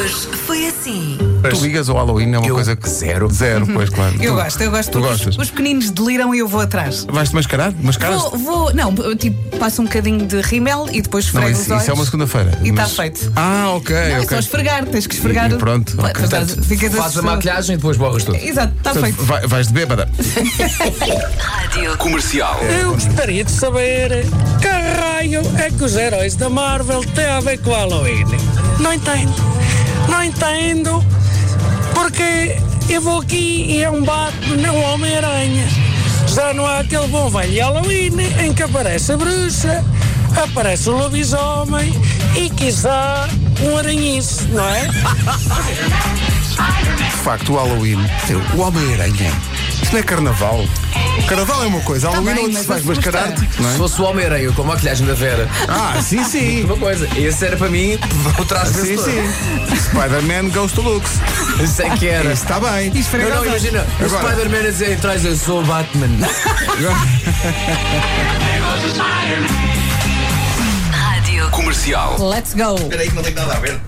é assim. Tu ligas ao Halloween é uma Eu- coisa que. Zero. Uhum. Zero, pois claro. Eu Tu- gosto, eu gosto. Tu porque gostas? Os, os pequeninos deliram e eu vou atrás. Vais-te mascarar? Mascaras? Vou, Oh, vou, não, eu, tipo, passo um bocadinho de rímel e depois Não, esfrego os isso, olhos. isso é uma segunda-feira. E tá mas- feito. Ah, ok, Não, é ok. só esfregar, tens que esfregar. E- e pronto, Vai- ok. estás- Portanto, ficas Faz a assustado. maquilhagem e depois borras tudo. Exato, está Portanto, feito. vai- vais de bêbada. Comercial. Eu gostaria de saber que raio é que os heróis da Marvel têm a ver com o Halloween. Não entendo. Não entendo porque eu vou aqui e é um Batman, é um Homem-Aranha. Já não há aquele bom velho Halloween em que aparece a bruxa, aparece o lobisomem e, quiçá, um aranhice, não é? De facto, o Halloween. O Homem-Aranha. Isto não é carnaval. Carnaval é uma coisa, Halloween é Tá bem, onde se mas vais assusta. mascarar-te. não é? Se fosse o Homem-Aranha com a maquilhagem da Vera, Ah, sim, sim. uma coisa, esse era para mim o traje Sim, vencedor. sim. Spider-Man goes to Lux. Sei é que era. Isso está bem. Não, não, imagina, o Agora. Spider-Man a dizer atrás, eu sou o Batman. Comercial. Let's go. Espera aí que não tem nada a ver.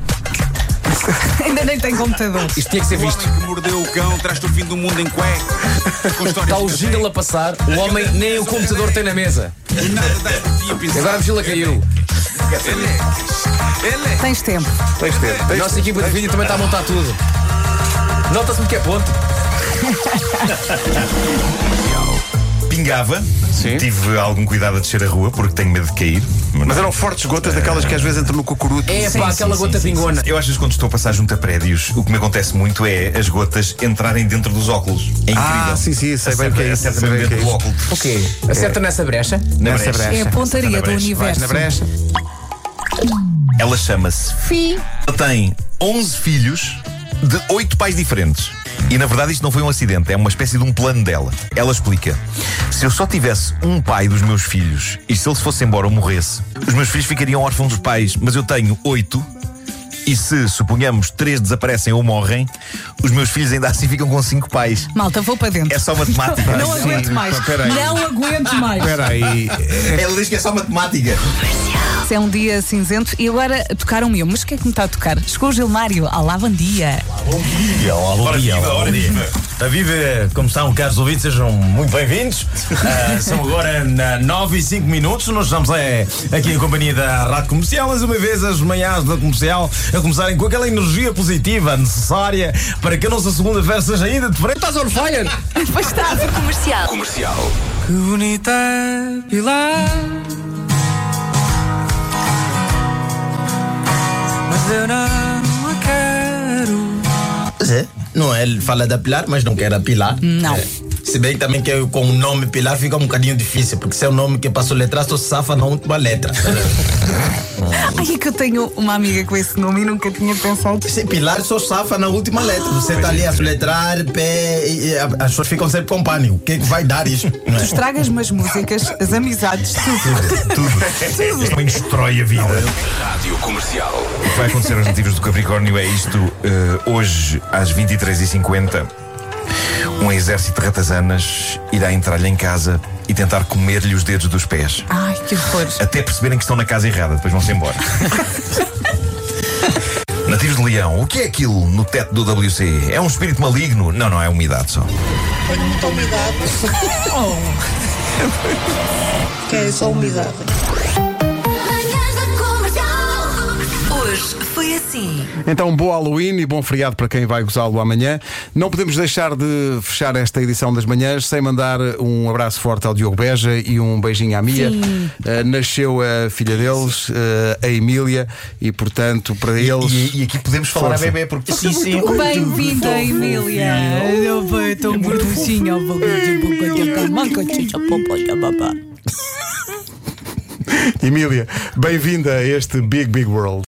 Ainda nem tem computador. Isto tinha que ser O visto. homem que mordeu o cão traz-te o fim do mundo em cuecas. Com histórias Está o de jingle a passar, o homem nem o computador tem na mesa. café. Nada dás por ti a E pensar. agora a mochila caiu. Ele é. Ele é. Tens tempo. Tens de ter. A nossa equipa de vídeo também está a montar tudo. Nota-se muito que é ponto. Pingava. Tive algum cuidado a descer a rua porque tenho medo de cair. Mas eram fortes gotas daquelas que às vezes entram no cocuruto. É pá, aquela gota pingona. Eu às vezes quando estou a passar junto a prédios, o que me acontece muito é as gotas entrarem dentro dos óculos. É incrível. Ah, sim, sim, sei bem o que é isso, Acerta- sei acerta-me bem o que dentro é do isso. óculo. O quê? É. Acerta nessa brecha. Na Nessa brecha. É a pontaria do Vais na universo. Na brecha. Ela chama-se Fi. Ela tem 11 filhos de 8 pais diferentes. E na verdade isto não foi um acidente, é uma espécie de um plano dela. Ela explica: se eu só tivesse um pai dos meus filhos e se ele se fosse embora ou morresse, os meus filhos ficariam órfãos dos pais, mas eu tenho 8. E se, suponhamos, três desaparecem ou morrem, os meus filhos ainda assim ficam com cinco pais. Malta, vou para dentro. É só matemática. Não aguento mais. peraí. Não aguento mais. Espera aí. Ela diz que é só matemática. Isso É um dia cinzento e agora tocaram-me eu. Mas o que é que me está a tocar? Chegou o Gilmário. Olá, bom dia. Ora viva, ora viva. A viva, como estão, caros ouvintes, sejam muito bem-vindos. Ah, são agora na 9 e 5 minutos. Nós estamos é, aqui em companhia da Rádio Comercial, mais uma vez as manhãs da comercial a começarem com aquela energia positiva necessária para que a nossa segunda-feira seja ainda diferente. Estás on fire? Pois está. Comercial. Que bonita é Pilar. Mas eu não a quero. É, não, ele fala da Pilar, mas não quer a Pilar. Não. É. Se bem que também que eu, com o nome Pilar fica um bocadinho difícil, porque se é o nome que passou letra, só se safa na última letra. Ai, é que eu tenho uma amiga com esse nome e nunca tinha pensado. Se Pilar só safa na última letra. Ah, Você tá ali a soletrar, pé, e, e a- as pessoas ficam sempre com pânico. O que é que vai dar isso? Não Tu é? estragas-me as músicas, as amizades, tudo. Tudo. Isto também destrói a vida. Rádio Comercial. O que vai acontecer aos nativos do Capricórnio é isto. eh, hoje, às 23h50, um exército de ratazanas irá entrar-lhe em casa e tentar comer-lhe os dedos dos pés. Ai, que horror. Até perceberem que estão na casa errada, depois vão-se embora. Nativos de Leão, o que é aquilo no teto do WC? É um espírito maligno? Não, não, é umidade só. Tenho muita umidade. que é só umidade. Hoje foi assim. Então, bom Halloween e bom feriado para quem vai gozá-lo amanhã. Não podemos deixar de fechar esta edição das manhãs sem mandar um abraço forte ao Diogo Beja e um beijinho à Mia. Eh, nasceu a filha deles, eh, a Emília, e portanto, para eles. E, e aqui podemos falar Força. a é, bebê, porque é sim, sim. Bem-vinda, Emília. Eu vou tão gorduchinha. Emília, bem-vinda a este Big Big World.